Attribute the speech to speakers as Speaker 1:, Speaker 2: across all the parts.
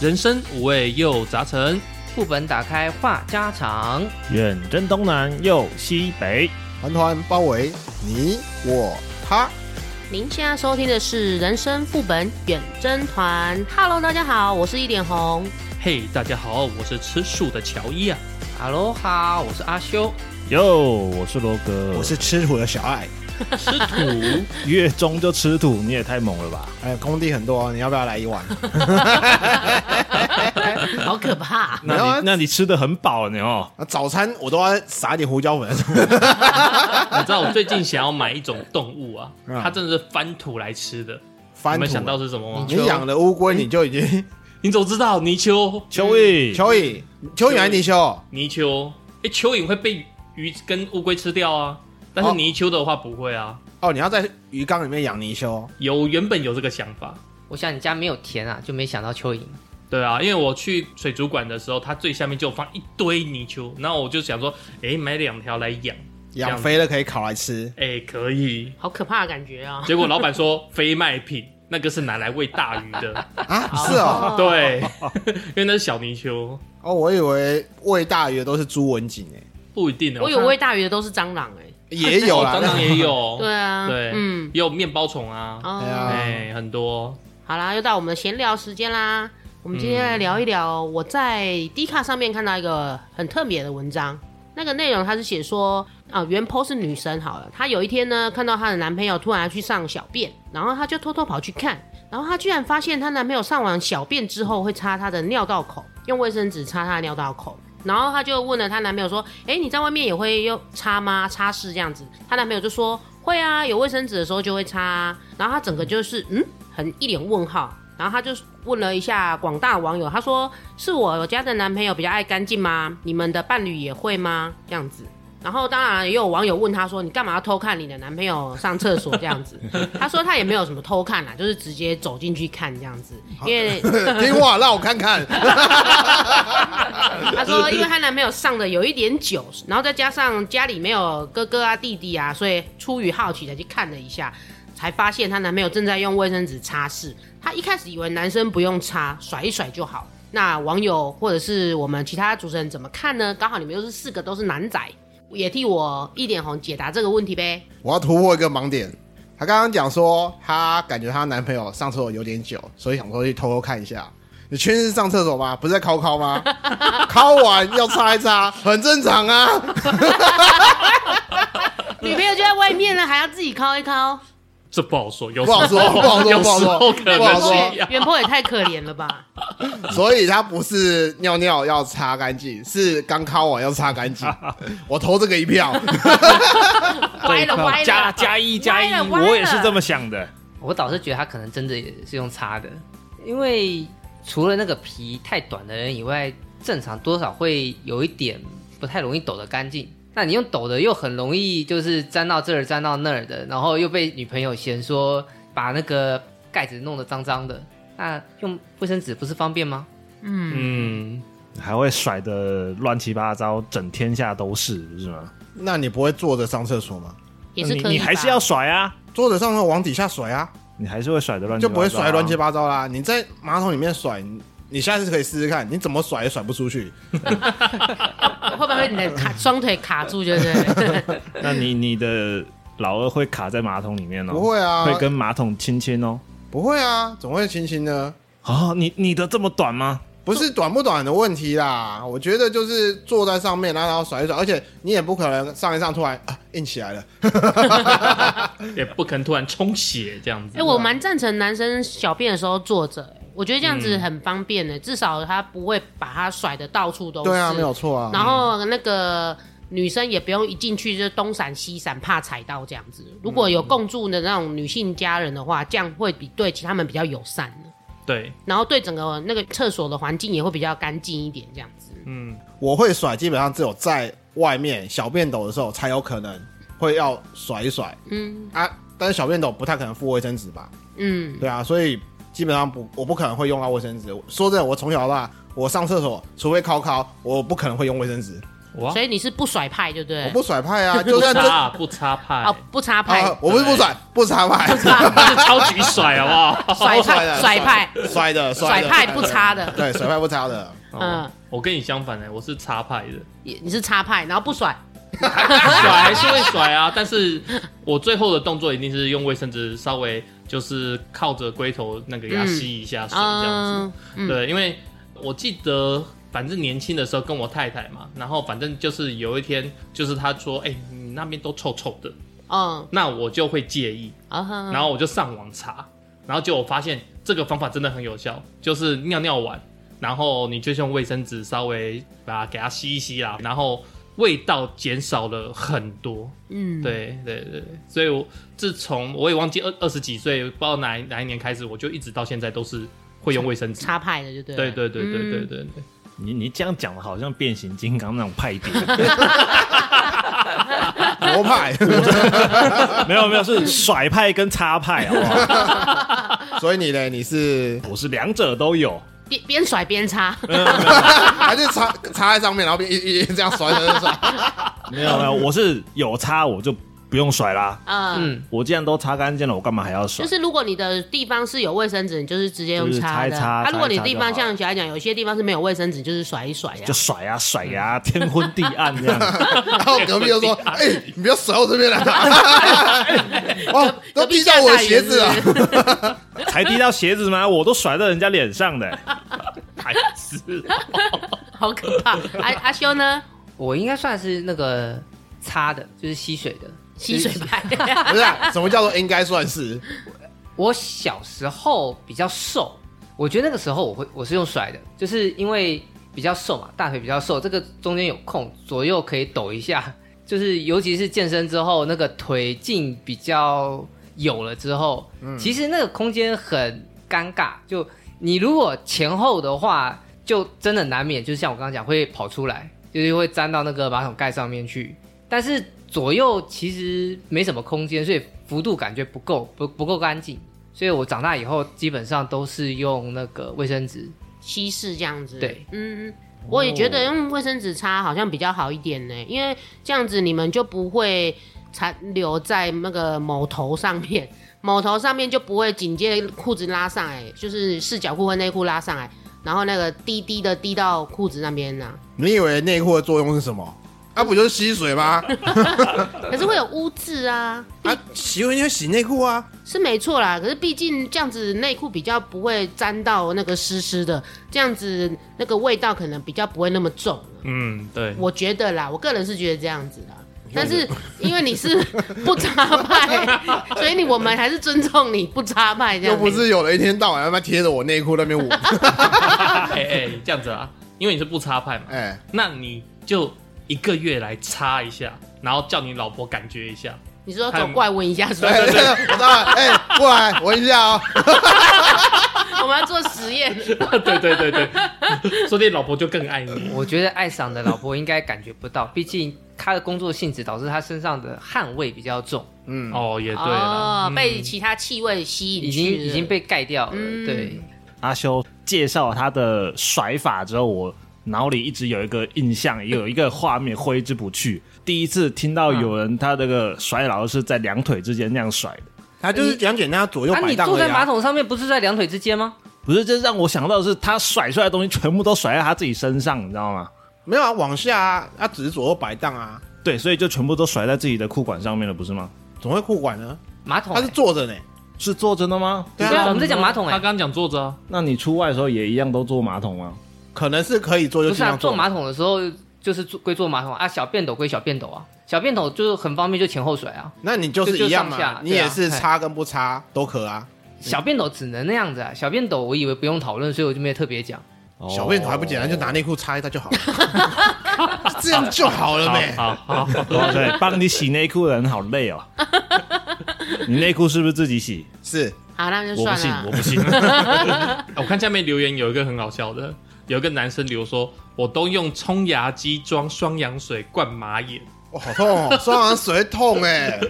Speaker 1: 人生五味又杂陈，
Speaker 2: 副本打开话家常，
Speaker 3: 远征东南又西北，
Speaker 4: 团团包围你我他。
Speaker 2: 您现在收听的是《人生副本远征团》。Hello，大家好，我是一点红。
Speaker 1: 嘿、大家好，我是吃素的乔伊啊。
Speaker 2: 哈喽哈，我是阿修。
Speaker 3: 哟，我是罗哥，
Speaker 4: 我是吃土的小爱，
Speaker 1: 吃 土
Speaker 3: 月中就吃土，你也太猛了吧！
Speaker 4: 哎，工地很多，你要不要来一碗？
Speaker 2: 好可怕！
Speaker 4: 没有啊
Speaker 3: 那你那你吃的很饱呢哦，
Speaker 4: 啊早餐我都要撒一点胡椒粉。
Speaker 1: 你知道我最近想要买一种动物啊，
Speaker 4: 嗯
Speaker 1: 它真的是翻土来吃的。
Speaker 4: 翻土啊
Speaker 1: 你们想到是什么吗？
Speaker 4: 嗯你养的乌龟，你就已经
Speaker 1: 你总知道哦泥鳅，
Speaker 3: 秋意，
Speaker 4: 蚯蚓，蚯蚓还是泥鳅？
Speaker 1: 泥鳅，哎、蚯蚓会被鱼跟乌龟吃掉啊，但是
Speaker 4: 哦
Speaker 1: 泥鳅的话不会啊。
Speaker 4: 哦，你要在鱼缸里面养泥鳅，
Speaker 1: 有原本有这个想法，
Speaker 2: 我想你家没有田啊，就没想到蚯蚓。
Speaker 1: 对啊，因为我去水族馆的时候，它最下面就有放一堆泥鳅，然后我就想说，哎、买两条来养，
Speaker 4: 养肥了可以烤来吃。
Speaker 1: 哎、可以。
Speaker 2: 好可怕的感觉啊！
Speaker 1: 结果老板说非卖品，那个是拿来喂大鱼的，
Speaker 4: 啊，是哦，
Speaker 1: 对，因为那是小泥鳅，
Speaker 4: 哦，我以为喂大鱼的都是朱文锦诶，
Speaker 1: 不一定哦。
Speaker 2: 我有喂大鱼的都是蟑螂哎、
Speaker 4: 欸也有啦
Speaker 1: 蟑，螂哦也有，
Speaker 2: 对啊，
Speaker 1: 对，
Speaker 2: 嗯，
Speaker 1: 也有面包虫啊，
Speaker 2: 哦、
Speaker 4: 哎呀
Speaker 1: 哎，很多，
Speaker 2: 好啦，又到我们的闲聊时间啦。我们今天来聊一聊，我在 D 卡上面看到一个很特别的文章，那个内容它是写说啊、原 po 是女生好了，她有一天呢看到她的男朋友突然去上小便，然后她就偷偷跑去看，然后她居然发现她男朋友上完小便之后会擦她的尿道口，用卫生纸擦她的尿道口。然后她就问了她男朋友说：“哎，你在外面也会用擦吗？擦拭这样子？”她男朋友就说：“会啊，有卫生纸的时候就会擦啊。”然后她整个就是嗯，很一脸问号。然后她就问了一下广大网友，她说：“是我家的男朋友比较爱干净吗？你们的伴侣也会吗？”这样子。然后当然也有网友问她说：“你干嘛要偷看你的男朋友上厕所这样子？”她说她也没有什么偷看啦，就是直接走进去看这样子，因为
Speaker 4: 听话，让我看看。
Speaker 2: 她说，因为她男朋友上的有一点久，然后再加上家里没有哥哥啊、弟弟啊，所以出于好奇才去看了一下，才发现她男朋友正在用卫生纸擦拭。她一开始以为男生不用擦，甩一甩就好。那网友或者是我们其他主持人怎么看呢？刚好你们又是四个都是男仔，也替我一点红解答这个问题 呗。
Speaker 4: 我要突破一个盲点。她刚刚讲说，她感觉她男朋友上厕所有点久，所以想说去偷偷看一下。你确定是上厕所吗？不是在敲敲吗？敲完要擦一擦，很正常啊。
Speaker 3: 啊
Speaker 2: 女朋友就在外面呢，还要自己敲一敲，
Speaker 1: 这不好说，有
Speaker 4: 不好说
Speaker 1: 时候
Speaker 4: 不好说
Speaker 1: 有
Speaker 4: 不好
Speaker 1: 时
Speaker 4: 说
Speaker 1: 候可
Speaker 4: 不好
Speaker 1: 能
Speaker 4: 说
Speaker 1: 是要
Speaker 2: 元坡也太可怜 了吧？
Speaker 4: 所以她不是尿尿要擦干净，是刚敲完要擦干净。我投这个一票。
Speaker 2: 歪了歪了，
Speaker 3: 加加一加
Speaker 2: 歪了
Speaker 3: 一，
Speaker 2: 歪了
Speaker 3: 我也是这么想的。
Speaker 5: 我倒是觉得他可能真的也是用擦的，因为除了那个皮太短的人以外，正常多少会有一点不太容易抖得干净。那你用抖的又很容易就是沾到这儿沾到那儿的，然后又被女朋友嫌说把那个盖子弄得脏脏的。那用卫生纸不是方便吗？
Speaker 1: 嗯，
Speaker 3: 还会甩的乱七八糟，整天下都是，不是吗？
Speaker 4: 那你不会坐着上厕所吗？
Speaker 2: 也是
Speaker 3: 你
Speaker 2: 可以
Speaker 3: 你还
Speaker 2: 吧
Speaker 3: 是要甩啊，
Speaker 4: 坐着上厕所往底下甩啊，
Speaker 3: 你还是会甩的乱七
Speaker 4: 就
Speaker 3: 八糟啊，
Speaker 4: 不会甩乱七八糟啦。你在马桶里面甩，你你下次可以试试看，你怎么甩也甩不出去。
Speaker 2: 会不会你的卡双腿卡住，就是？
Speaker 3: 那你你的老二会卡在马桶里面哦，
Speaker 4: 不会啊，
Speaker 3: 会跟马桶亲亲哦。
Speaker 4: 不会啊，总会亲亲的。
Speaker 3: 哦，你你的这么短吗？
Speaker 4: 不是短不短的问题啦，我觉得就是坐在上面，然后甩一甩，而且你也不可能上一上突然啊硬起来了，
Speaker 1: 也不可能突然充血这样 子。
Speaker 2: 哎、我蛮赞成男生小便的时候坐着、欸我觉得这样子很方便的、至少他不会把它甩的到处哦都是。
Speaker 4: 对啊，没有。错啊。
Speaker 2: 然后那个女生也不用一进去就东闪西闪，怕踩到这样子。如果有共住的那种女性家人的话，这样会比对其他们比较友善
Speaker 1: 对，
Speaker 2: 然后对整个那个厕所的环境也会比较干净一点，这样子。
Speaker 1: 嗯，
Speaker 4: 我会甩，基本上只有在外面小便斗的时候才有可能会要甩一甩
Speaker 2: 嗯
Speaker 4: 啊，但是小便斗不太可能附卫生纸吧？
Speaker 2: 嗯，
Speaker 4: 对啊，所以基本上不，我不可能会用到卫生纸。说真的，我从小到大，我上厕所除非考考，我不可能会用卫生纸。
Speaker 1: 哇
Speaker 2: 所，以你是不甩派，对不对
Speaker 4: 哦我？不甩派 啊，就
Speaker 1: 不
Speaker 4: 算真
Speaker 1: 插不插派
Speaker 2: 啊，，不插派，
Speaker 4: 啊，我不是不甩，不插 派，
Speaker 1: 他是超级甩好不好？
Speaker 2: 甩
Speaker 4: 我甩啊
Speaker 2: 派，
Speaker 4: 的
Speaker 2: 甩派，
Speaker 4: 摔的
Speaker 2: 甩
Speaker 4: 的
Speaker 2: 派不插的。
Speaker 4: 对，甩派不插的，
Speaker 1: 嗯，我跟你相反呢，我是插派的，
Speaker 2: 你你是插派，然后不甩，啊
Speaker 1: 甩还是会甩啊，但是我最后的动作一定是用卫生纸稍微就是靠着龟头那个给它吸一下水这样
Speaker 2: 嗯
Speaker 1: 子。，对，因为我记得。反正年轻的时候跟我太太嘛，然后反正就是有一天，就是她说：“哎、你那边都臭臭的。
Speaker 2: 嗯”，
Speaker 1: 那我就会介意，
Speaker 2: 啊哈，
Speaker 1: 然后我就上网查，然后结果发现这个方法真的很有效，就是尿尿完，然后你就用卫生纸稍微把它给它吸一吸啦，然后味道减少了很多。
Speaker 2: 嗯，
Speaker 1: 对对对，所以我自从我也忘记二二十几岁，不知道哪一哪一年开始，我就一直到现在都是会用卫生纸。
Speaker 2: 插派的就对了，
Speaker 1: 对对对对对对对，
Speaker 3: 你你这样讲的好像变形金刚那种派别，
Speaker 4: 罗派，
Speaker 3: 没有没有，是甩派跟插派，好不好？
Speaker 4: 所以你呢？你是
Speaker 3: 我是两者都有，
Speaker 2: 边边甩边 插，嗯
Speaker 4: 还是插插在上面，然后一一一这样甩甩甩，
Speaker 3: 没有没有，我是有插我就不用甩啦。
Speaker 2: 嗯，
Speaker 5: 嗯，
Speaker 3: 我既然都擦干净了，我干嘛还要甩
Speaker 2: 就？是如果你的地方是有卫生纸，你就是直接用
Speaker 3: 就是
Speaker 2: 插
Speaker 3: 插
Speaker 2: 的。
Speaker 3: 一插
Speaker 2: 啊，
Speaker 3: 插一
Speaker 2: 如果你
Speaker 3: 插
Speaker 2: 地
Speaker 3: 就
Speaker 2: 方
Speaker 3: 好
Speaker 2: 像小孩讲，有些地方是没有卫生纸，就是甩一甩啊呀
Speaker 3: 就。甩呀、甩呀、天昏地暗这样。
Speaker 4: 然后隔壁就说：“哎，你不要甩我这边来， 哦，都滴到我鞋子
Speaker 3: 啊
Speaker 4: 了。
Speaker 2: 了。
Speaker 3: 才滴到鞋子吗？我都甩在人家脸上的、
Speaker 1: 太是
Speaker 2: 好可怕！阿阿 修呢？
Speaker 5: 我应该算是那个擦的，就是吸水的
Speaker 2: 吸水。
Speaker 5: 就是
Speaker 2: 派，
Speaker 4: 不是啊、什么叫做应该算是？
Speaker 5: 我小时候比较瘦，我觉得那个时候我会我是用甩的，就是因为比较瘦嘛，大腿比较瘦，这个中间有空，左右可以抖一下。 就是尤其是健身之后，那个腿劲比较有了之后，其实那个空间很尴尬。就你如果前后的话，就真的难免，就像我刚刚讲，会跑出来，就是会粘到那个马桶盖上面去。但是左右其实没什么空间，所以幅度感觉不够，不不够干净。所以我长大以后基本上都是用那个卫生纸。
Speaker 2: 稀释这样子。
Speaker 5: 对，
Speaker 2: 嗯，我也觉得用卫生纸擦好像比较好一点呢，因为这样子你们就不会残留在那个某头上面， 某头上面就不会紧接着裤子拉上来，就是四角裤和内裤拉上来，然后那个滴滴的滴到裤子那边呢、啊
Speaker 4: 你以为内裤的作用是什么？啊，不就是吸水吗？
Speaker 2: 可是会有污渍啊，
Speaker 4: 啊，洗完就洗内裤啊。
Speaker 2: 是没错啦。可是毕竟这样子内裤比较不会沾到那个湿湿的，这样子那个味道可能比较不会那么重。
Speaker 1: 嗯，对，
Speaker 2: 我觉得啦，我个人是觉得这样子啦。但是因为你是 不插派，所以你我们还是尊重你不插派这样
Speaker 4: 又
Speaker 2: 子。
Speaker 4: 不是有人一天到晚他妈贴着我内裤那边闻，
Speaker 1: 哎哎，这样子啊，因为你是不插派嘛，
Speaker 4: 哎，
Speaker 1: 那你就一个月来擦一下，然后叫你老婆感觉一下，
Speaker 2: 你是说走过来闻一下是不
Speaker 4: 对
Speaker 2: 是？
Speaker 4: 对，我知道了， 哎，过来闻一下哦。
Speaker 2: 我们要做实验，
Speaker 1: 对对对对，说不定老婆就更爱你。
Speaker 5: 我觉得爱上的老婆应该感觉不到，毕竟她的工作性质导致她身上的汗味比较重，
Speaker 4: 嗯，
Speaker 1: 哦，也对了，
Speaker 2: 哦，
Speaker 1: 嗯
Speaker 2: 被其他气味吸引
Speaker 5: 已
Speaker 2: 去
Speaker 5: 经
Speaker 2: 了，
Speaker 5: 已经被盖掉了。
Speaker 2: 嗯
Speaker 5: 对，
Speaker 3: 阿修介绍他的甩法之后，我脑里一直有一个印象，也有一个画面挥之不去。第一次听到有人他这个甩老是在两腿之间那样甩的，
Speaker 4: 他就是讲简单，他左右
Speaker 5: 啊，
Speaker 4: 摆
Speaker 5: 你
Speaker 4: 荡
Speaker 5: 坐
Speaker 4: 而
Speaker 5: 在
Speaker 4: 已
Speaker 5: 马
Speaker 4: 啊。
Speaker 5: 桶上面不是在两腿之间吗？
Speaker 3: 不是，这让我想到的是他甩出来的东西全部都甩在他自己身上，你知道吗？
Speaker 4: 没有啊，往下啊，他只是左右摆荡啊，
Speaker 3: 对，所以就全部都甩在自己的裤管上面了，不是吗？
Speaker 4: 怎么会裤管呢？
Speaker 5: 马桶、
Speaker 4: 他是坐着呢，
Speaker 3: 是坐着的吗？
Speaker 4: 对
Speaker 5: 对啊
Speaker 4: 啊，
Speaker 5: 我们在讲马桶哎
Speaker 1: 他刚刚讲坐着啊，
Speaker 3: 那你出外的时候也一样都坐马桶 吗？
Speaker 4: 可能是可以坐就
Speaker 5: 不
Speaker 4: 尽
Speaker 5: 是啊，
Speaker 4: 量
Speaker 5: 坐
Speaker 4: 坐
Speaker 5: 马桶的时候就是坐归坐马桶啊，小便斗归小便斗啊，小便斗就是很方便，就前后甩啊，
Speaker 4: 那你就是一样
Speaker 5: 就就上下
Speaker 4: 嘛，你也是
Speaker 5: 对啊
Speaker 4: 擦跟不擦都可啊。
Speaker 5: 小便斗只能那样子啊，小便斗我以为不用讨论，所以我就没有特别讲。
Speaker 1: 哦
Speaker 4: 小便还不简单，就拿内裤擦一擦就好了， 这样就好了呗。
Speaker 1: 好好好，
Speaker 3: 哇塞，帮你洗内裤的人好累 哦。你内裤是不是自己洗？
Speaker 4: 是
Speaker 2: 好，那就
Speaker 3: 我不
Speaker 2: 算
Speaker 3: 信，我
Speaker 2: 了。啊
Speaker 3: 不信。
Speaker 1: 我看下面留言有一个很好笑的，有一个男生留说，我都用冲牙机装双氧水灌马眼，
Speaker 4: 哇，好痛哦，双氧水痛哎，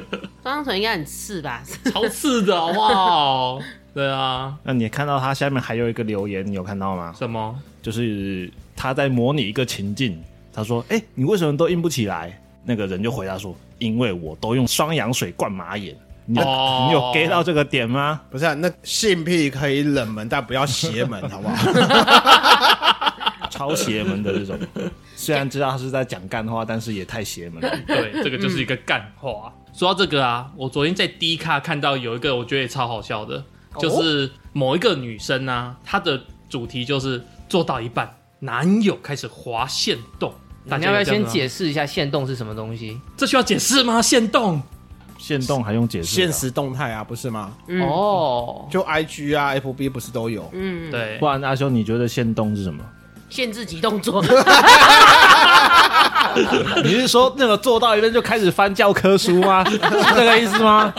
Speaker 2: 双腿应该很刺吧？
Speaker 1: 超刺的好不好？对啊，
Speaker 3: 那你看到他 下面还有一个留言，你有看到吗？
Speaker 1: 什么？
Speaker 3: 就是他在模拟一个情境，他说：“哎、你为什么都硬不起来？”那个人就回答说：“因为我都用双氧水灌马眼。”你有、
Speaker 1: 哦
Speaker 3: 你有 get 到这个点吗？
Speaker 4: 不是啊、那性癖可以冷门，但不要邪门，好不 好？
Speaker 3: 超邪门的这种，虽然知道他是在讲干话，但是也太邪门了。
Speaker 1: 对，这个就是一个干
Speaker 5: 嗯
Speaker 1: 话。说到这个啊，我昨天在 D 卡看到有一个我觉得也超好笑的，
Speaker 5: 哦
Speaker 1: 就是某一个女生啊，她的主题就是做到一半，男友开始滑线动。大
Speaker 5: 嗯你
Speaker 1: 家
Speaker 5: 要不要
Speaker 1: 有这样
Speaker 5: 先
Speaker 1: 吗？
Speaker 5: 解释一下线动是什么东西？
Speaker 1: 这需要解释吗？线动
Speaker 3: 限动还用解释的啊？
Speaker 4: 现实动态啊，不是吗？
Speaker 2: 嗯
Speaker 5: 哦，
Speaker 4: 就 IG 啊、FB 不是都有？
Speaker 2: 嗯，
Speaker 1: 对
Speaker 3: 不，然阿修，你觉得限动是什么？
Speaker 2: 限制级动作，
Speaker 3: 你是说那个做到一半就开始翻教科书 吗？是这个意思吗？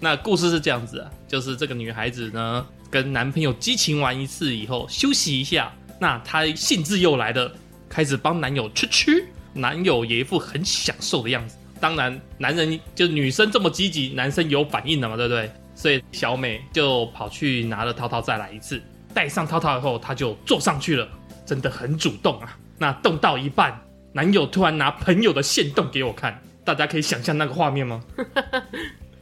Speaker 1: 那故事是这样子啊，就是这个女孩子呢，跟男朋友激情完一次以后休息一下，那她兴致又来了，开始帮男友吃吃，男友也一副很享受的样子。当然，男人就女生这么积极，男生有反应了嘛，对不对？所以小美就跑去拿了涛涛再来一次，带上涛涛以后，她就坐上去了，真的很主动啊。那动到一半，男友突然拿朋友的线动给我看，大家可以想象那个画面吗？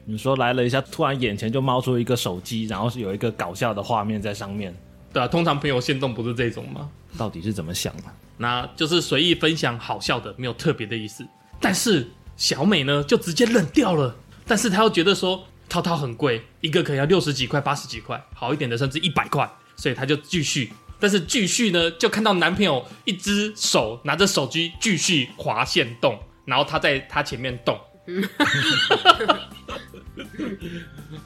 Speaker 3: 你说来了一下，突然眼前就冒出一个手机，然后是有一个搞笑的画面在上面，
Speaker 1: 对啊，通常朋友线动不是这种吗？
Speaker 3: 到底是怎么想的？
Speaker 1: 那就是随意分享好笑的，没有特别的意思。但是小美呢，就直接冷掉了。但是她又觉得说，涛涛很贵，一个可能要六十几块、八十几块，好一点的甚至一百块，所以她就继续。但是继续呢，就看到男朋友一只手拿着手机继续滑线动，然后她在她前面动，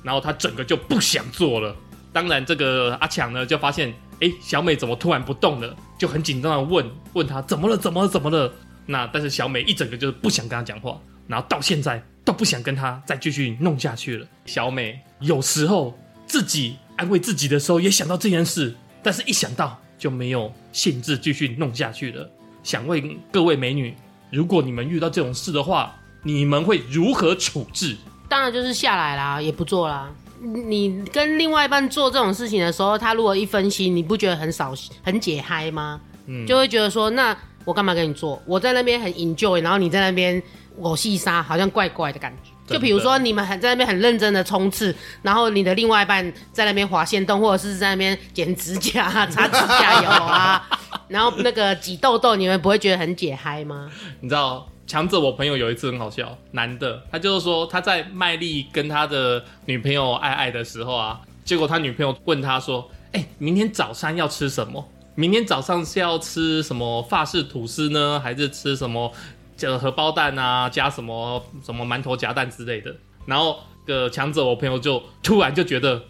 Speaker 1: 然后她整个就不想做了。当然，这个阿强呢就发现，哎，小美怎么突然不动了？就很紧张的问问她怎么了，怎么了，怎么了？那但是小美一整个就是不想跟他讲话，然后到现在都不想跟他再继续弄下去了。小美有时候自己安慰自己的时候也想到这件事，但是一想到就没有兴致继续弄下去了。想问各位美女，如果你们遇到这种事的话，你们会如何处置？
Speaker 2: 当然就是下来啦，也不做啦。你跟另外一半做这种事情的时候，他如果一分心，你不觉得很扫兴、很解嗨吗？
Speaker 1: 嗯
Speaker 2: 就会觉得说，那我干嘛跟你做？我在那边很 enjoy，然后你在那边我戏杀，好像怪怪的感觉。
Speaker 1: 真的
Speaker 2: 就比如说你们很在那边很认真的冲刺，然后你的另外一半在那边划线动，或者是在那边剪指甲、啊、擦指甲油 啊，然后那个挤痘痘，你们不会觉得很解嗨吗？
Speaker 1: 你知道，强者我朋友有一次很好笑，男的，他就是说他在卖力跟他的女朋友爱爱的时候啊，结果他女朋友问他说：“哎、明天早餐要吃什么？明天早上是要吃什么法式吐司呢，还是吃什么这荷包蛋啊，加什么什么馒头夹蛋之类的？”然后个强者我朋友就突然就觉得，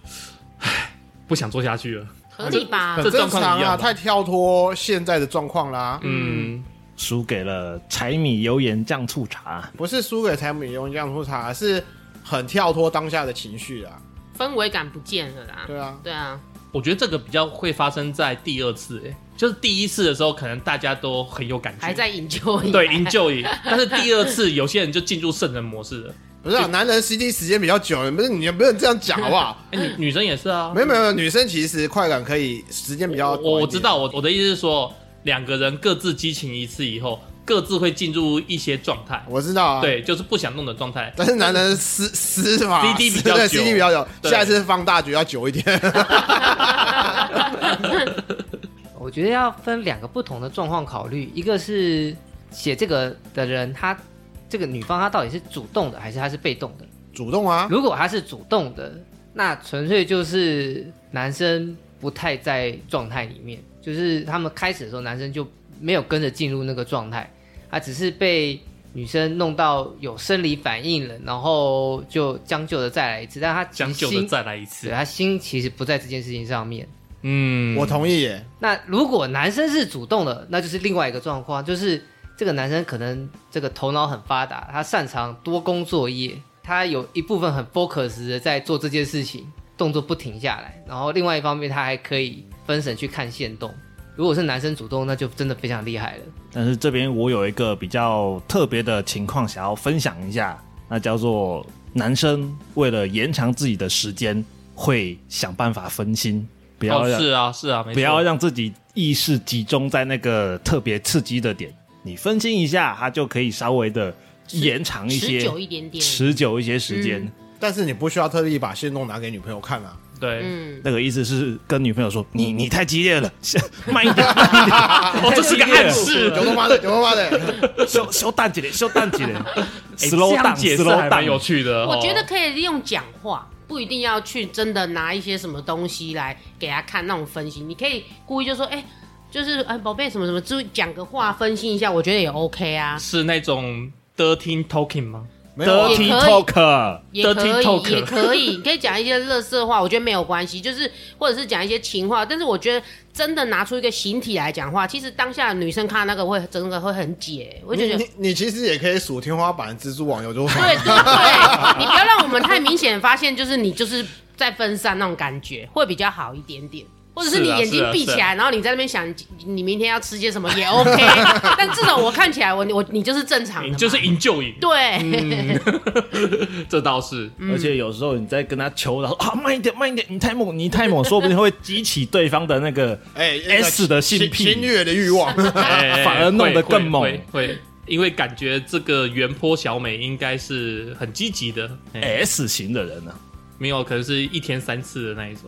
Speaker 1: 唉，不想做下去了。
Speaker 2: 合理吧？
Speaker 4: 很
Speaker 1: 啊这
Speaker 4: 正
Speaker 1: 状况
Speaker 4: 常
Speaker 1: 一样
Speaker 4: 啊，
Speaker 1: 吧
Speaker 4: 太跳脱现在的状况啦。
Speaker 1: 嗯，
Speaker 3: 输给了柴米油盐酱醋茶。
Speaker 4: 不是输给柴米油酱醋茶，是很跳脱当下的情绪啊。
Speaker 2: 氛围感不见了啦。
Speaker 4: 对啊，
Speaker 2: 对啊，
Speaker 1: 我觉得这个比较会发生在第二次、哎，就是第一次的时候，可能大家都很有感觉，
Speaker 2: 还在 enjoy，
Speaker 1: 对，
Speaker 2: 还
Speaker 1: 营 救营。但是第二次有些人就进入圣人模式了。
Speaker 4: 不是啊，男人 CD 时间比较久，不是你不能这样讲好不 好？
Speaker 1: 哎、女女生也是啊。
Speaker 4: 没有没有，女生其实快感可以时间比较
Speaker 1: 我
Speaker 4: 短一点
Speaker 1: 我我知，道，我我的意思是说，两个人各自激情一次以后，各自会进入一些状态，
Speaker 4: 我知道啊。，
Speaker 1: 对，就是不想弄的状态。
Speaker 4: 但是男人 私私法
Speaker 1: CD 比较久
Speaker 4: 对 CD 比较久，
Speaker 1: 对
Speaker 4: 下一次放大局要久一点。
Speaker 5: 我觉得要分两个不同的状况考虑，一个是写这个的人，他这个女方她到底是主动的还是她是被动的？
Speaker 4: 主动
Speaker 1: 哦
Speaker 4: 啊，
Speaker 5: 如果她是主动的，那纯粹就是男生不太在状态里面，就是他们开始的时候，男生就没有跟着进入那个状态，他只是被女生弄到有生理反应了，然后就将就的再来一次，但他其
Speaker 1: 将
Speaker 5: 实
Speaker 1: 就的
Speaker 5: 心，
Speaker 1: 再来一
Speaker 5: 对
Speaker 1: 次，
Speaker 5: 他心其实不在这件事情上面。
Speaker 1: 嗯，
Speaker 4: 我同意耶。
Speaker 5: 那如果男生是主动的，那就是另外一个状况，就是这个男生可能这个头脑很发达，他擅长多工作业，他有一部分很 focus 的在做这件事情，动作不停下来，然后另外一方面他还可以分神去看线动。如果是男生主动，那就真的非常厉害了。
Speaker 3: 但是这边我有一个比较特别的情况想要分享一下，那叫做男生为了延长自己的时间，会想办法分心。不要
Speaker 1: 哦
Speaker 3: 让、
Speaker 1: 是啊是啊，没错
Speaker 3: 不要让自己意识集中在那个特别刺激的点，你分心一下，它就可以稍微的延长一些
Speaker 2: 持，久一点点，
Speaker 3: 持久一些时间。
Speaker 2: 嗯
Speaker 4: 但是你不需要特地把线动拿给女朋友看啊。
Speaker 1: 对，
Speaker 2: 嗯，
Speaker 3: 那个意思是跟女朋友说，你你太激烈了， 慢一点，慢一点。哦，这是个暗 示
Speaker 4: 有，他 妈的，有他妈的，
Speaker 3: 修修淡几点，修淡几点
Speaker 1: 哎
Speaker 3: ，slow
Speaker 1: 这样
Speaker 3: down，
Speaker 1: 解释还
Speaker 3: slow
Speaker 1: 蛮有
Speaker 3: down。
Speaker 1: 趣的。
Speaker 2: 我
Speaker 1: 哦
Speaker 2: 觉得可以利用讲话，不一定要去真的拿一些什么东西来给他看那种分析。你可以故意就说，哎、就是哎，宝贝什么什么，就讲个话分析一下，我觉得也 OK 啊，
Speaker 1: 是那种 dirty talking 吗？
Speaker 4: 没有啊
Speaker 3: Dirty
Speaker 2: 也
Speaker 3: talk，
Speaker 2: 可以也可
Speaker 1: Dirty
Speaker 2: 以，
Speaker 1: talk
Speaker 2: 也可以，你可以讲一些乐色话，我觉得没有关系，就是或者是讲一些情话，但是我觉得真的拿出一个形体来讲话，其实当下的女生看到那个会真的会很解，我就
Speaker 4: 你
Speaker 2: 觉得。
Speaker 4: 你你其实也可以数天花板、蜘蛛网，有多少？
Speaker 2: 对对对， 你不要让我们太明显发现，就是你就是在分散那种感觉，会比较好一点点。或者是你
Speaker 1: 是啊
Speaker 2: 眼睛
Speaker 1: 是啊
Speaker 2: 闭起来，然后你在那边想你你明天要吃些什么也 OK，但至少我看起来我我你就是正常的
Speaker 1: 你
Speaker 2: 嘛，
Speaker 1: 就是嗯营救营，
Speaker 2: 对、
Speaker 1: 这倒是。
Speaker 2: 嗯
Speaker 3: 而且有时候你在跟他求饶说啊，慢一点，慢一点，你太猛，你太猛，说不定会激起对方的 那个
Speaker 4: 哎
Speaker 3: S 的性癖
Speaker 4: 侵略的欲望。
Speaker 1: 哎
Speaker 3: 反而弄得更猛
Speaker 1: 会会会因为感觉这个原坡小美应该是很积极的，哎、
Speaker 3: S 型的人呢、啊
Speaker 1: 没有，可能是一天三次的那一种。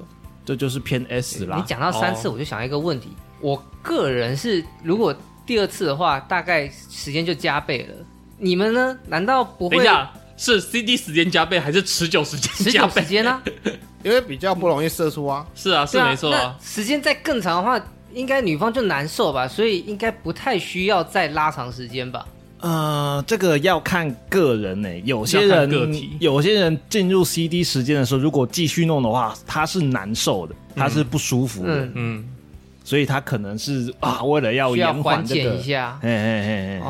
Speaker 3: 这就是偏 S
Speaker 5: 你
Speaker 3: 啦。
Speaker 5: 讲到三次，
Speaker 1: 哦
Speaker 5: 我就想到一个问题。我个人是，如果第二次的话，大概时间就加倍了。你们呢？难道不
Speaker 1: 等
Speaker 5: 会
Speaker 1: 一下，是 CD 时间加倍还是持久时间
Speaker 5: 持
Speaker 1: 加
Speaker 5: 久
Speaker 1: 倍
Speaker 5: 时？间啊呢？
Speaker 4: 因为比较不容易射出啊。
Speaker 1: 是啊，是
Speaker 5: 对啊
Speaker 1: 没错啊。
Speaker 5: 那时间再更长的话，应该女方就难受吧，所以应该不太需要再拉长时间吧。
Speaker 3: 呃，这个要看个人呢、有些
Speaker 1: 要
Speaker 3: 人
Speaker 1: 看个体
Speaker 3: 有些人进入 CD 时间的时候，如果继续弄的话，他是难受的，他是不舒服的，
Speaker 5: 嗯，
Speaker 1: 嗯，
Speaker 3: 所以他可能是啊，为了要
Speaker 5: 需要
Speaker 3: 延
Speaker 5: 缓
Speaker 3: 缓这
Speaker 5: 解
Speaker 3: 个
Speaker 5: 一，下。
Speaker 3: 嘿嘿嘿嘿，哦，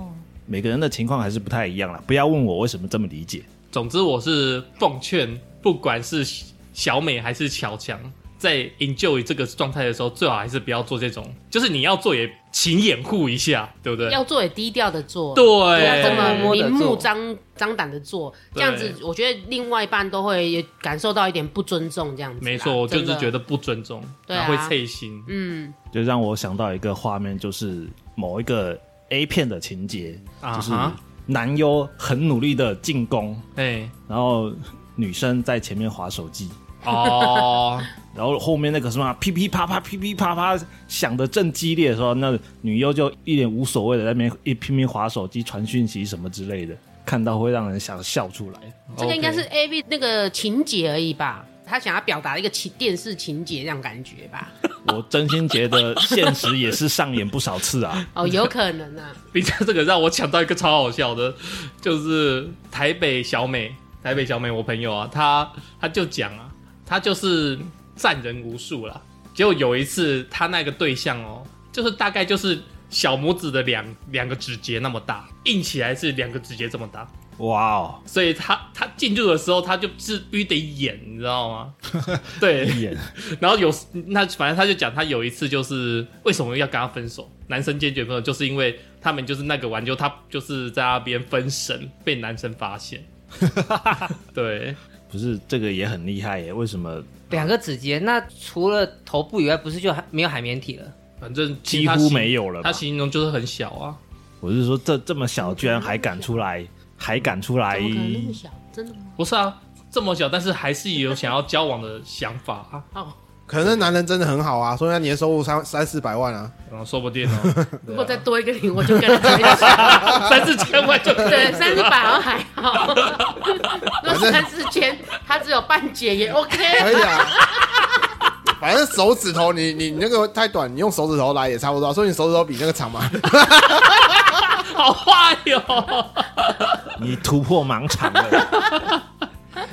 Speaker 5: 哦，
Speaker 3: 每个人的情况还是不太一样啦。不要问我为什么这么理解，
Speaker 1: 总之我是奉劝，不管是小美还是小强，在 enjoy 这个状态的时候，最好还是不要做这种，就是你要做也请掩护一下，对不对？
Speaker 2: 要做也低调的做，
Speaker 1: 对，
Speaker 2: 不要这么
Speaker 5: 摸摸地
Speaker 2: 明目
Speaker 5: 做
Speaker 2: 张张胆的做，这
Speaker 1: 对
Speaker 2: 样子我觉得另外一半都会也感受到一点不尊重，这样子啦。
Speaker 1: 没错，我就是
Speaker 2: 真的
Speaker 1: 觉得不尊重，
Speaker 2: 对
Speaker 1: 然
Speaker 2: 啊
Speaker 1: 后会脆心。
Speaker 2: 嗯，
Speaker 3: 就让我想到一个画面，就是某一个 A 片的情节，
Speaker 1: 啊
Speaker 3: 就是
Speaker 1: 哈
Speaker 3: 男优很努力的进攻，
Speaker 1: 哎，
Speaker 3: 然后女生在前面划手机。
Speaker 1: 哦，
Speaker 3: 然后后面那个什么噼噼啪啪、噼噼啪啪响的正激烈的时候，那女优就一脸无所谓的在那边一拼命划手机、传讯息什么之类的，看到会让人想笑出来。
Speaker 2: 这个应该是
Speaker 1: OK
Speaker 2: A V 那个情节而已吧。他想要表达的一个情电视情节那样感觉吧？
Speaker 3: 我真心觉得现实也是上演不少次啊，
Speaker 1: 嗯
Speaker 2: 哦，有可能 啊。
Speaker 1: 你讲这个让我想到一个超好笑的，就是台北小美，台北小美，我朋友啊，她她就讲啊，她就是赞人无数啦。结果有一次，她那个对象哦，就是大概就是小拇指的两两个指节那么大，硬起来是两个指节这么大，
Speaker 3: 哇哦，
Speaker 1: 所以她她进入的时候，她就是必须得演，你知道吗？对，
Speaker 3: 演
Speaker 1: 然后有那反正他就讲，他有一次就是为什么要跟他分手，男生坚决分手，就是因为他们就是那个玩就他就是在那边分神，被男生发 现。对，
Speaker 3: 不是这个也很厉害耶？为什么
Speaker 5: 两个指节，那除了头部以外，不是就还没有海绵体 了？
Speaker 1: 反正
Speaker 3: 几乎没
Speaker 1: 有，
Speaker 3: 有了吧
Speaker 1: 他？形容就是很小啊，
Speaker 3: 我是说这这么小居然还敢出来，还敢出
Speaker 1: 哎
Speaker 3: 来
Speaker 2: 怎么可能那么小？真的吗？
Speaker 1: 不是啊，这么小，但是还是有想要交往的想法啊，
Speaker 2: 哦，
Speaker 4: 可能那男人真的很好啊，说明他年收入三三四百万啊。
Speaker 1: 嗯，说不定哦，啊
Speaker 2: 如果再多一个零，我就跟他在一起。
Speaker 1: 三四千万就可以
Speaker 2: 对，三四百好像还 好，那三四千，他只有半截也 OK。
Speaker 4: 可
Speaker 1: 哎
Speaker 4: 以 啊，反正手指头你你你那个太短，你用手指头来也差不多啊，所以你手指头比那个长 嘛。
Speaker 1: 好坏哟、
Speaker 3: 你突破盲场了，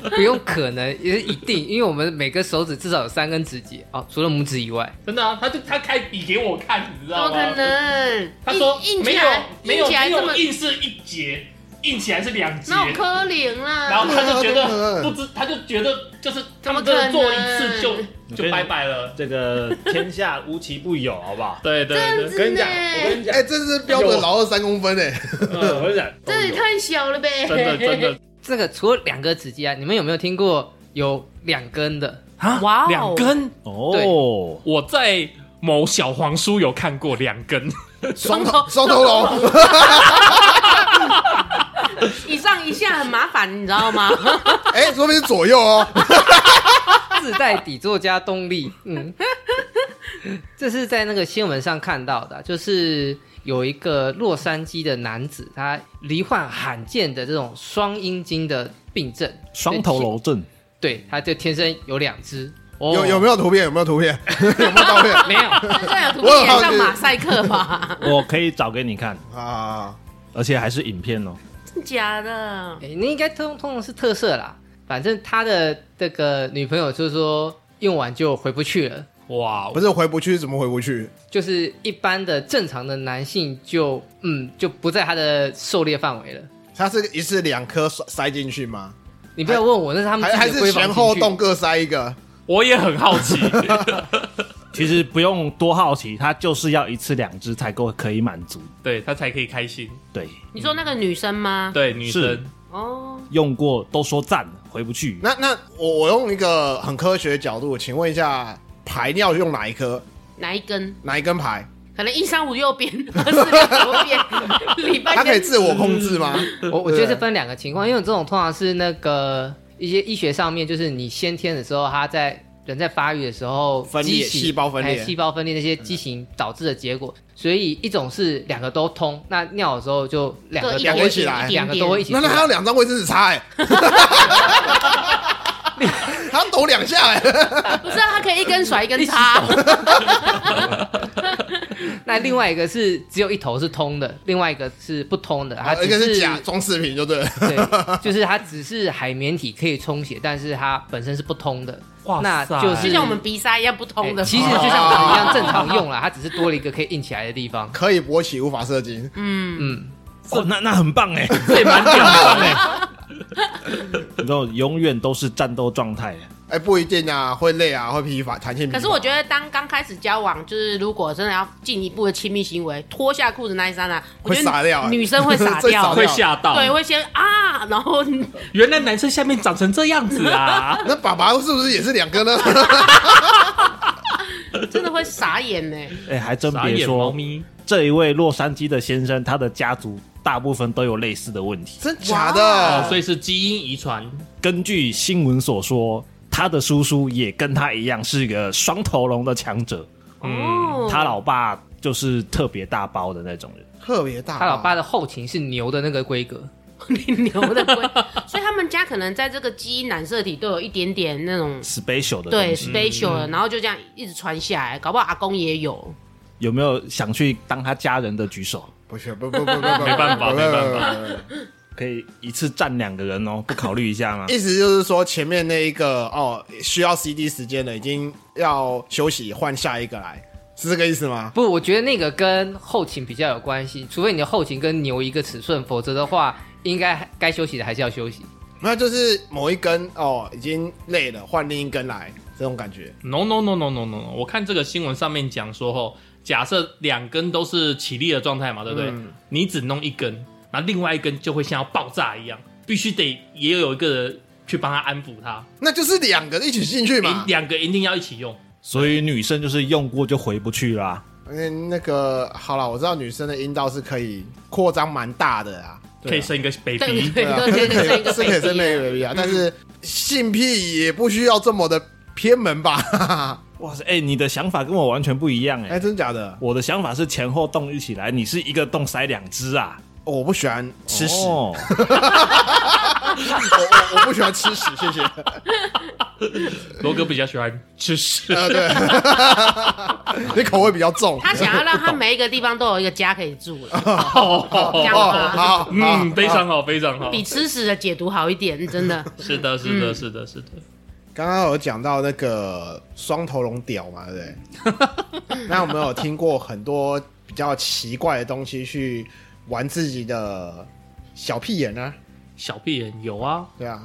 Speaker 5: 不用可能，也是一定，因为我们每个手指至少有三根指节哦，除了拇指以外。
Speaker 1: 真的啊，他就他开笔给我看，你知
Speaker 2: 怎
Speaker 1: 道
Speaker 2: 么
Speaker 1: 吗？
Speaker 2: 可能？
Speaker 1: 他说
Speaker 2: 硬硬
Speaker 1: 没
Speaker 2: 起
Speaker 1: 有
Speaker 2: 来，
Speaker 1: 没有
Speaker 2: 硬起来
Speaker 1: 没
Speaker 2: 这么
Speaker 1: 有，硬是一节，硬起来是两节，
Speaker 2: 那有可能
Speaker 1: 然后
Speaker 2: 啦？
Speaker 1: 他就觉
Speaker 4: 怎么可
Speaker 1: 得
Speaker 4: 能
Speaker 1: 不知，他就觉得就是他们
Speaker 2: 怎么
Speaker 1: 真的
Speaker 2: 可
Speaker 1: 做一
Speaker 2: 能
Speaker 1: 次就就拜拜了。
Speaker 3: 这个天下无奇不有，好不 好？
Speaker 1: 对对
Speaker 2: 样
Speaker 1: 对，
Speaker 2: 子呢？
Speaker 3: 你
Speaker 4: 哎、这是标准老二三公分哎、
Speaker 3: 嗯，我跟你讲，
Speaker 2: 这也太小了呗！
Speaker 1: 真的真的，
Speaker 5: 这个除了两个指节啊，你们有没有听过有两根的？
Speaker 3: 啊，
Speaker 2: 哇哦
Speaker 1: 两根。
Speaker 3: 哦，
Speaker 1: 我在某小黄书有看过两根，
Speaker 4: 双头双头 龙，
Speaker 2: 一上一下很麻烦，你知道 吗？
Speaker 4: 哎，说不定是左右哦。
Speaker 5: 自带底座加动力，嗯，这是在那个新闻上看到的，啊就是有一个洛杉矶的男子，他罹患罕见的这种双阴茎的病症，
Speaker 3: 双头龙症，
Speaker 5: 对，他就天生有两只，
Speaker 1: 哦
Speaker 4: 有有没有图片？有没有图 片？有没有照片？
Speaker 5: 没有，
Speaker 2: 这两图
Speaker 4: 我有
Speaker 2: 片
Speaker 4: 好
Speaker 2: 像
Speaker 4: 奇
Speaker 2: 马赛克吧？
Speaker 3: 我可以找给你看，
Speaker 4: 啊，
Speaker 3: 而且还是影片哦。
Speaker 2: 真假的？
Speaker 5: 诶那应该通通常是特色啦。反正他的这个女朋友就是说用完就回不去了，
Speaker 1: 哇
Speaker 4: 不，是回不去，怎么回不去？
Speaker 5: 就是一般的正常的男性就嗯就不在他的狩猎范围了。
Speaker 4: 它是一次两颗塞塞进去吗？
Speaker 5: 你不要问我，那是他们
Speaker 4: 还
Speaker 5: 自己的
Speaker 4: 还
Speaker 5: 闺
Speaker 4: 是
Speaker 5: 房
Speaker 4: 前后
Speaker 5: 情趣
Speaker 4: 洞各塞一个？
Speaker 1: 我也很好奇。
Speaker 3: 其实不用多好奇，他就是要一次两只才够可以满足。
Speaker 1: 对他才可以开心。
Speaker 3: 对，
Speaker 2: 你说那个女生吗？
Speaker 1: 对，女
Speaker 3: 是
Speaker 1: 生
Speaker 2: 哦，
Speaker 3: 用过都说赞，回不去。
Speaker 4: 那那我我用一个很科学的角度，请问一下，排尿用哪一颗？
Speaker 2: 哪一根？
Speaker 4: 哪一根排？
Speaker 2: 可能一三五右边，二四六左边，礼拜
Speaker 4: 它可以
Speaker 2: 天
Speaker 4: 自我控制吗？
Speaker 5: 我我觉得是分两个情况，因为这种通常是那个一些医学上面，就是你先天的时候，它在人在发育的时候，
Speaker 4: 分
Speaker 5: 畸
Speaker 4: 裂
Speaker 5: 形
Speaker 4: 细胞分裂
Speaker 5: 哎细胞分裂那些畸形导致的结果。所以一种是两个都通，那尿的时候就两个都
Speaker 2: 各一
Speaker 4: 两
Speaker 2: 点
Speaker 4: 个一起来
Speaker 2: 一
Speaker 5: 两
Speaker 2: 点
Speaker 5: 个都会一
Speaker 2: 点。
Speaker 5: 起出
Speaker 4: 那
Speaker 5: 来。
Speaker 4: 那还有两张卫生纸擦哎、他抖两下哎、
Speaker 2: 不是啊，它可以一根甩一根插，
Speaker 5: 那另外一个是只有一头是通的，另外一个是不通的，它
Speaker 4: 哦一
Speaker 5: 只
Speaker 4: 个
Speaker 5: 是
Speaker 4: 是假装饰品就对了。
Speaker 5: 对，就是它只是海绵体可以充血，但是它本身是不通的。
Speaker 1: 哇
Speaker 5: 那
Speaker 1: 塞
Speaker 5: 就是
Speaker 2: 就像我们鼻塞一样不通的。
Speaker 5: 哎其实就像我们一样正常用 了，它只是多了一个可以硬起来的地方。
Speaker 4: 可以勃起，无法射精。
Speaker 2: 嗯，
Speaker 5: 嗯。
Speaker 3: 哦，那那很棒哎，
Speaker 1: 这也蛮屌的。
Speaker 3: 你知道，永远都是战斗状态。
Speaker 4: 哎、不一定啊，会累啊，会疲乏，弹性疲乏。
Speaker 2: 可是我觉得当刚开始交往，就是如果真的要进一步的亲密行为，脱下裤子那一刹那，我觉
Speaker 4: 会傻掉
Speaker 2: 得女生会傻
Speaker 4: 真傻
Speaker 2: 掉
Speaker 4: 掉，
Speaker 1: 会吓到，
Speaker 2: 对，会先啊，然后
Speaker 1: 原来男生下面长成这样子啊！
Speaker 4: 那爸爸是不是也是两个呢？
Speaker 2: 真的会傻眼呢。
Speaker 3: 哎，还真
Speaker 1: 傻
Speaker 3: 别
Speaker 1: 眼猫
Speaker 3: 说，
Speaker 1: 咪，
Speaker 3: 这一位洛杉矶的先生，他的家族大部分都有类似的问题。
Speaker 4: 真假
Speaker 2: 哇
Speaker 1: 哦，
Speaker 4: 的？
Speaker 1: 所以是基因遗传，
Speaker 3: 根据新闻所说，他的叔叔也跟他一样是一个双头龙的强者，
Speaker 2: 哦，
Speaker 3: 他老爸就是特别大包的那种人。
Speaker 4: 特别大。
Speaker 5: 他老爸的后勤是牛的那个规格，
Speaker 2: 你牛的龟，所以他们家可能在这个基因染色体都有一点点那种
Speaker 3: special 的
Speaker 2: 对
Speaker 3: 东西，
Speaker 2: special 的，然后就这样一直传下来，搞不好阿公也有。
Speaker 3: 有没有想去当他家人的举手？
Speaker 4: 不是，不不不不，没
Speaker 1: 没办法没办法
Speaker 4: 法。
Speaker 3: 可以一次站两个人哦，不考虑一下吗
Speaker 4: ？意思就是说，前面那一个哦，需要 CD 时间的，已经要休息，换下一个来，是这个意思吗？
Speaker 5: 不，我觉得那个跟后勤比较有关系，除非你的后勤跟牛一个尺寸，否则的话，应该该休息的还是要休 息。
Speaker 4: 那就是某一根哦，已经累了，换另一根来，这种感觉。
Speaker 1: No no no no no no！no 我看这个新闻上面讲说，吼，假设两根都是起立的状态嘛，对不对？你只弄一根，然后另外一根就会像要爆炸一样，必须得也有一个人去帮他安抚他，
Speaker 4: 那就是两个一起进去嘛
Speaker 1: 一。两个一定要一起用。
Speaker 3: 所以女生就是用过就回不去啦、
Speaker 4: 嗯，那个好了，我知道女生的阴道是可以扩张蛮大的啊，
Speaker 1: 可以生一个
Speaker 2: 对
Speaker 1: baby，
Speaker 2: 对
Speaker 4: 啊，
Speaker 2: 对
Speaker 4: 是
Speaker 2: 对，
Speaker 4: 可
Speaker 2: 生一
Speaker 4: 以
Speaker 2: 个
Speaker 4: 是可以生
Speaker 2: baby 啊
Speaker 4: baby 啊，但是性癖也不需要这么的偏门吧？
Speaker 3: 哇塞，哎、你的想法跟我完全不一样哎、
Speaker 4: 哎，真假的？
Speaker 3: 我的想法是前后洞一起来，你是一个洞塞两只啊，
Speaker 4: 哦我不喜欢吃屎，
Speaker 3: 哦、
Speaker 4: 我我我不喜欢吃屎，谢谢。
Speaker 1: 罗哥比较喜欢吃屎，
Speaker 4: 呃，对，你口味比较重。
Speaker 2: 他想要让他每一个地方都有一个家可以住了，这样
Speaker 4: 哦，
Speaker 2: 吗？
Speaker 4: 好，
Speaker 1: 嗯，非
Speaker 4: 好
Speaker 1: 常好，非常好，
Speaker 2: 比吃屎的解读好一点，真的。
Speaker 1: 是的，是的，是的，是的，
Speaker 4: 刚刚有讲到那个双头龙屌嘛，对不 对？那我们有听过很多比较奇怪的东西去玩自己的小屁眼啊，
Speaker 1: 小屁眼有啊，
Speaker 4: 对啊。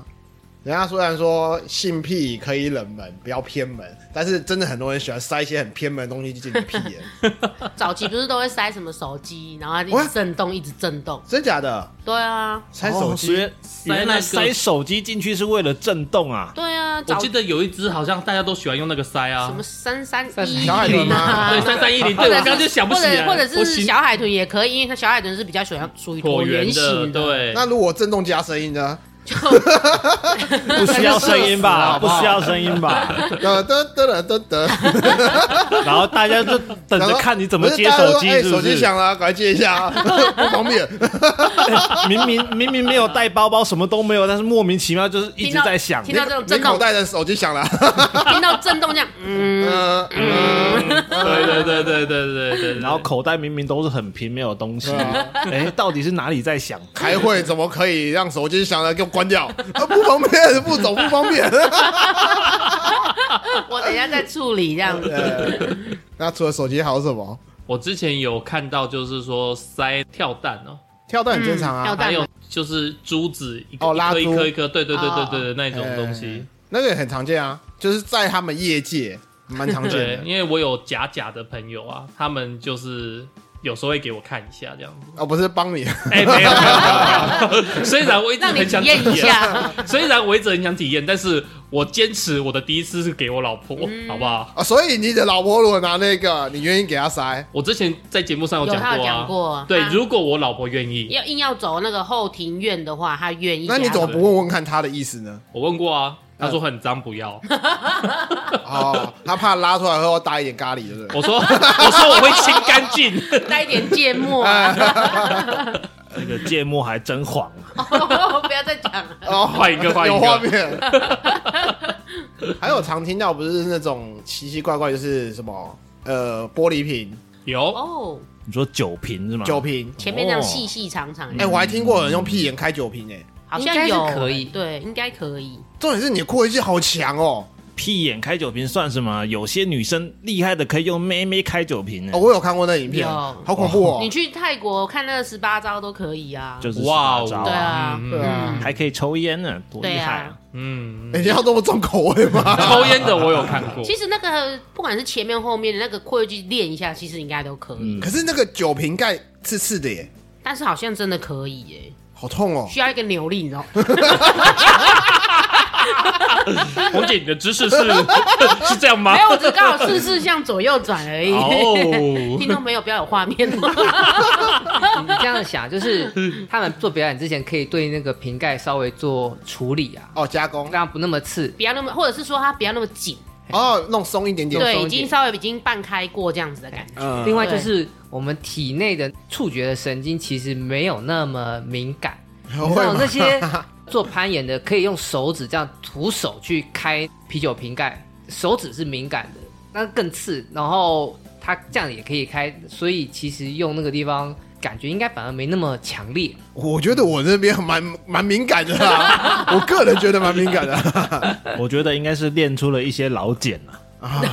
Speaker 4: 人家虽然说性癖可以冷门，不要偏门，但是真的很多人喜欢塞一些很偏门的东西进你屁 眼，
Speaker 2: 早期不是都会塞什么手机，然后它一
Speaker 4: 哇
Speaker 2: 直震动，一直震动。
Speaker 4: 真假
Speaker 3: 哦
Speaker 4: 的？
Speaker 2: 对啊，
Speaker 4: 塞手
Speaker 3: 哦所
Speaker 4: 机
Speaker 3: 以原来塞手机进去是为了震动 啊！
Speaker 2: 对啊，
Speaker 1: 我
Speaker 2: 早
Speaker 1: 记得有一只好像大家都喜欢用那个塞啊，
Speaker 2: 什么三三
Speaker 5: 三
Speaker 2: 一
Speaker 4: 小海豚
Speaker 2: 零
Speaker 4: 吗
Speaker 2: 啊，
Speaker 1: 对三三一零，对
Speaker 2: 或
Speaker 1: 我
Speaker 2: 者
Speaker 1: 刚刚就想不
Speaker 2: 或
Speaker 1: 起来
Speaker 2: 者
Speaker 1: 了，
Speaker 2: 或者
Speaker 1: 我
Speaker 2: 是
Speaker 1: 形
Speaker 2: 小海豚也可以，因为它小海豚是比较喜欢属于
Speaker 1: 椭
Speaker 2: 圆
Speaker 1: 圆
Speaker 2: 形
Speaker 1: 对，
Speaker 4: 那如果震动加声音呢？
Speaker 3: 不需要声音吧？不需要声音吧？
Speaker 4: 得得得得得得，
Speaker 3: 然后大家就等着看你怎么接手
Speaker 4: 手
Speaker 3: 机，是
Speaker 4: 哎手
Speaker 3: 不
Speaker 4: 机
Speaker 3: 是？
Speaker 4: 响了，赶快接一下， 不方便。
Speaker 3: 明明明明没有带包包，什么都没有，但是莫名其妙就是一直在 响
Speaker 2: 听。到这种
Speaker 4: 你
Speaker 2: 震
Speaker 4: 口
Speaker 2: 动，
Speaker 4: 袋的手机响了，
Speaker 2: 听到震动这样，嗯，
Speaker 4: 嗯嗯，
Speaker 1: 对对对对对对对对，
Speaker 3: 然后口袋明明都是很平，没有东西
Speaker 4: 对啊，
Speaker 3: 哎，到底是哪里在响？
Speaker 4: 开会怎么可以让手机响了给我关掉？ 啊，不方便，不走不方 便。
Speaker 2: 我等一下再处理这样子。
Speaker 4: 对那除了手机还有什么？
Speaker 1: 我之前有看到就是说塞跳蛋哦、
Speaker 4: 跳蛋很正常
Speaker 2: 嗯跳
Speaker 4: 啊，
Speaker 2: 蛋
Speaker 1: 还有就是珠子一个
Speaker 4: 哦拉珠
Speaker 1: 一颗一颗一颗，对对对
Speaker 2: 哦
Speaker 1: 对对对那种
Speaker 4: 哎
Speaker 1: 东西。
Speaker 4: 那个也很常见啊，就是在他们业界蛮常哎见
Speaker 1: 对，
Speaker 4: 的。
Speaker 1: 因为我有假假的朋友啊，他们就是有时候会给我看一下这样 子。
Speaker 4: 哦，不是帮你，
Speaker 1: 哎、没有没有没有没有，虽然我一直
Speaker 2: 让你
Speaker 1: 很
Speaker 2: 体
Speaker 1: 想体
Speaker 2: 验一下，
Speaker 1: 虽然我一直很想体验，但是我坚持我的第一次是给我老婆，
Speaker 2: 嗯
Speaker 1: 好不好？
Speaker 4: 啊，所以你的老婆如果拿那个，你愿意给她塞？
Speaker 1: 我之前在节目上有
Speaker 2: 有
Speaker 1: 讲
Speaker 2: 他有
Speaker 1: 过
Speaker 2: 讲
Speaker 1: 啊。
Speaker 2: 过，嗯
Speaker 1: 对
Speaker 2: 他，
Speaker 1: 如果我老婆愿意，
Speaker 2: 要硬要走那个后庭院的话，他愿意。
Speaker 4: 那你怎么不问问看她的意思呢？
Speaker 1: 我问过啊，
Speaker 4: 嗯
Speaker 1: 她说很脏，不要。
Speaker 4: 哦，她怕拉出来后搭一点咖喱，对不对？
Speaker 1: 我说 我说我会清干净。
Speaker 2: 带一点芥末啊？
Speaker 3: 那个芥末还真黄，啊
Speaker 2: 不要再讲了。
Speaker 4: 哦，
Speaker 1: 换一个换一个
Speaker 4: 有画面。 还有常听到不是那种奇奇怪怪，就是什么呃玻璃瓶、
Speaker 1: 有，
Speaker 2: 哦，
Speaker 3: 你说酒瓶
Speaker 1: 嗯
Speaker 3: 是吗？
Speaker 4: 酒瓶。
Speaker 2: 前面那样细细长长
Speaker 4: 哎、
Speaker 2: 的，
Speaker 4: 我还听过有人用屁眼开酒瓶、哎，
Speaker 2: 好
Speaker 5: 应该
Speaker 2: 像
Speaker 5: 是
Speaker 2: 有
Speaker 5: 可以
Speaker 2: 对，应该可以。
Speaker 4: 重点是你的扩音器好强哦、
Speaker 3: 屁眼开酒瓶算什么？有些女生厉害的可以用妹妹开酒瓶呢
Speaker 1: 嗯
Speaker 4: 哦，，我有看过那影片，
Speaker 2: 有
Speaker 4: 好恐怖哦、
Speaker 2: 你去泰国看那个十八招都可以啊。
Speaker 3: 就是
Speaker 1: 哇哦
Speaker 3: 18招
Speaker 2: 对啊，
Speaker 1: 嗯
Speaker 4: 对啊
Speaker 3: 还可以抽烟呢，多厉
Speaker 2: 对
Speaker 3: 害
Speaker 2: 啊！
Speaker 1: 嗯，
Speaker 4: 哎你要那么重口味吗？
Speaker 1: 抽烟的我有看过，
Speaker 2: 其实那个不管是前面后面的那个扩句练一下，其实应该都可以。
Speaker 4: 可是那个酒瓶盖刺刺的耶，
Speaker 2: 但是好像真的可以耶，
Speaker 4: 好痛哦、
Speaker 2: 需要一个扭力，你知道？
Speaker 1: 红姐你的姿 势是哦是这样吗
Speaker 2: 没？有，我只刚好四四向左右转而已。
Speaker 1: 哦，
Speaker 2: 听众朋友不要有画面哦。
Speaker 5: 你这样想，就是 他们做表演之前可以对那个瓶盖稍微做处理啊，
Speaker 4: 哦，加 工
Speaker 5: 让它不那么刺。
Speaker 2: 不要那么，或者是说它不要那么紧，
Speaker 4: 哦，弄松一点点，
Speaker 2: 对，
Speaker 4: 松
Speaker 2: 已
Speaker 4: 一点
Speaker 2: 经稍微已经半开过这样子的感觉。
Speaker 4: 嗯
Speaker 5: 另外就是我们体内的触觉的神经其实没有那么敏感，你知
Speaker 4: 会
Speaker 5: 道
Speaker 4: 吗
Speaker 5: 那些 做攀岩的可以用手指这样徒手去开啤酒瓶盖，手指是敏感的，那更刺。然后它这样也可以开，所以其实用那个地方感觉应该反而没那么强烈。
Speaker 4: 我觉得我那边蛮蛮敏感的啦，我个人觉得蛮敏感的。
Speaker 3: 我觉得应该是练出了一些老茧啊了。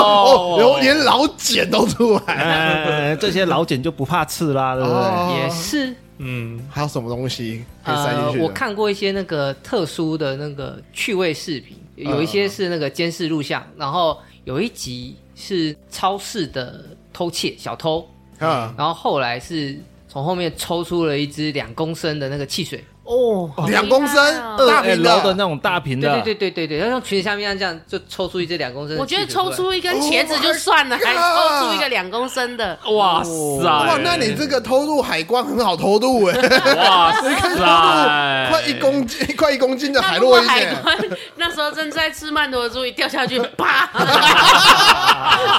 Speaker 4: 哦，有连老茧都出来。
Speaker 3: 哎，这些老茧就不怕刺啦，对不对？
Speaker 5: 也是，
Speaker 1: 嗯，
Speaker 4: 还有什么东西哦可以塞
Speaker 5: 呃
Speaker 4: 进，去的？
Speaker 5: 我看过一些那个特殊的那个趣味视频，有一
Speaker 4: 嗯
Speaker 5: 些是那个监视录像，然后有一集是超市的偷窃小偷，
Speaker 4: 啊，
Speaker 5: 然后后来是从后面抽出了一支两公升的那个汽水，
Speaker 2: 哦
Speaker 4: 两公升
Speaker 3: 二
Speaker 4: 大瓶
Speaker 3: L 的那种大瓶
Speaker 5: 对
Speaker 3: 的，
Speaker 5: 对对对对对，要用裙子下面这样就抽出一支两公升的
Speaker 2: 我
Speaker 5: 汽
Speaker 2: 觉
Speaker 5: 水
Speaker 2: 得
Speaker 5: 出来。
Speaker 2: 抽出一根茄子就算了，
Speaker 4: Oh my
Speaker 2: 还抽出一个两公升的，
Speaker 1: 哇塞，
Speaker 4: 哇
Speaker 3: 哎
Speaker 1: 哇，
Speaker 4: 那你这个偷渡海关很好偷渡哎，
Speaker 1: 哇
Speaker 4: 偷
Speaker 1: 塞，
Speaker 4: 渡快一公斤，快一公斤的海
Speaker 2: 那如果
Speaker 4: 洛因
Speaker 2: 海
Speaker 4: 哎，
Speaker 2: 关那时候正在吃曼陀珠，一掉下去，啪，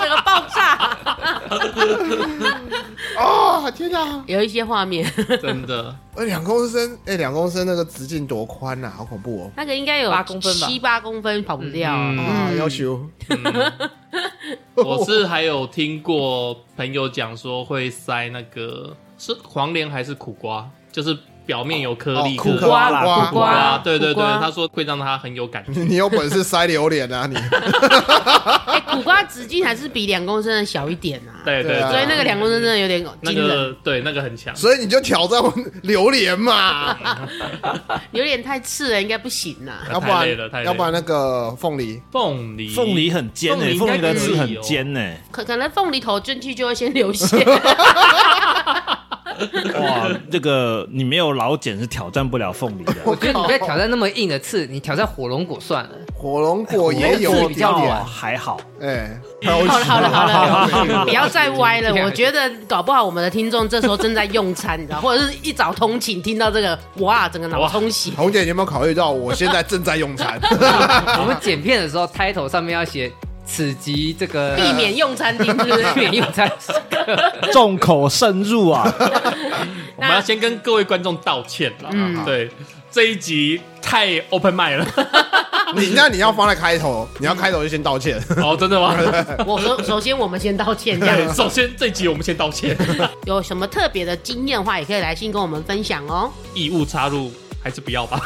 Speaker 2: 整个爆炸。
Speaker 4: 哦，天哪！
Speaker 2: 有一些画面，
Speaker 1: 真的，
Speaker 4: 哎，两公升，哎，两公升那个直径多宽呐，好恐怖哦！
Speaker 2: 那个应该有
Speaker 5: 八公分吧
Speaker 2: 七八公分跑不掉。
Speaker 1: 嗯
Speaker 4: 啊，要求
Speaker 1: 我是还有听过朋友讲说会塞那个是黄连还是苦瓜，就是表面有颗粒
Speaker 4: 哦苦
Speaker 1: 的
Speaker 4: 瓜啦
Speaker 3: 苦
Speaker 4: 苦
Speaker 1: 苦瓜，
Speaker 2: 瓜
Speaker 1: 对对
Speaker 2: 苦
Speaker 1: 对，
Speaker 2: 瓜
Speaker 1: 他说会让他很有感觉。
Speaker 4: 你有本事塞榴莲啊你！
Speaker 2: 哎，苦瓜直径还是比两公升的小一点啊，
Speaker 1: 对
Speaker 4: 对啊
Speaker 2: 所以那个两公升真的有点
Speaker 1: 那
Speaker 2: 惊人，
Speaker 1: 个对那个很强，
Speaker 4: 所以你就挑战我榴莲嘛，
Speaker 2: 有点太刺了，应该不行啊啦。
Speaker 4: 要不
Speaker 1: 太累了太
Speaker 4: 然
Speaker 1: 累了
Speaker 4: 要不然那个凤梨，
Speaker 1: 凤梨
Speaker 3: 凤梨很尖诶、
Speaker 1: 凤
Speaker 3: 凤
Speaker 1: 梨
Speaker 3: 梨
Speaker 1: 应该
Speaker 3: 的
Speaker 1: 可以
Speaker 3: 刺
Speaker 1: 哦
Speaker 3: 很尖欸诶、
Speaker 2: 可可能凤梨头进去就会先流血，
Speaker 3: 哇，这个你没有老茧是挑战不了凤 梨的。
Speaker 5: 我觉得你不要挑战那么硬的刺，你挑战火龙果算了。
Speaker 4: 火龙果也有
Speaker 3: 我
Speaker 4: 一
Speaker 3: 比
Speaker 4: 点
Speaker 3: 较
Speaker 4: 点，
Speaker 3: 哦还好，
Speaker 4: 哎，
Speaker 2: 好了好了好了，
Speaker 4: 了
Speaker 2: 不要再歪了。
Speaker 5: 这样
Speaker 2: 我觉得搞不好我们的听众这时候正在用餐，你知道， 或者是一早通勤听到这个，哇，整个脑充血。
Speaker 4: 红姐，你有没有考虑到我现在正在用 餐？
Speaker 5: 我们剪片的时候，title 上面要写“此集这个
Speaker 2: 避免用餐厅，是 不是？
Speaker 5: 避免用餐时刻
Speaker 3: 重口渗入啊！
Speaker 1: 我们要先跟各位观众道歉啦。
Speaker 2: 嗯
Speaker 1: 对，这一集太 open mind 了。
Speaker 4: 你那你要放在开头，你要开头就先道歉。
Speaker 1: 哦，真的吗？
Speaker 2: 我首首先我们先道 歉，这样
Speaker 1: 对，哎首先这一集我们先道歉，
Speaker 2: 有什么特别的经验的话，也可以来信跟我们分享哦。
Speaker 1: 义务插入还是不要吧。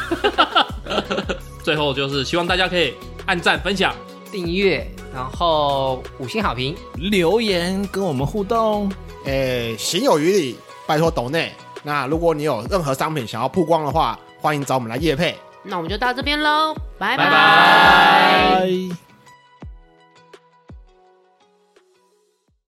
Speaker 1: 最后就是希望大家可以按赞分享，
Speaker 5: 订阅，然后五星好评。
Speaker 3: 留言跟我们互动，
Speaker 4: 哎，行有余力，拜托抖内。那如果你有任何商品想要曝光的话，欢迎找我们来夜配。
Speaker 2: 那我们就到这边喽，拜
Speaker 1: 拜
Speaker 2: 拜
Speaker 1: 拜。
Speaker 3: 拜。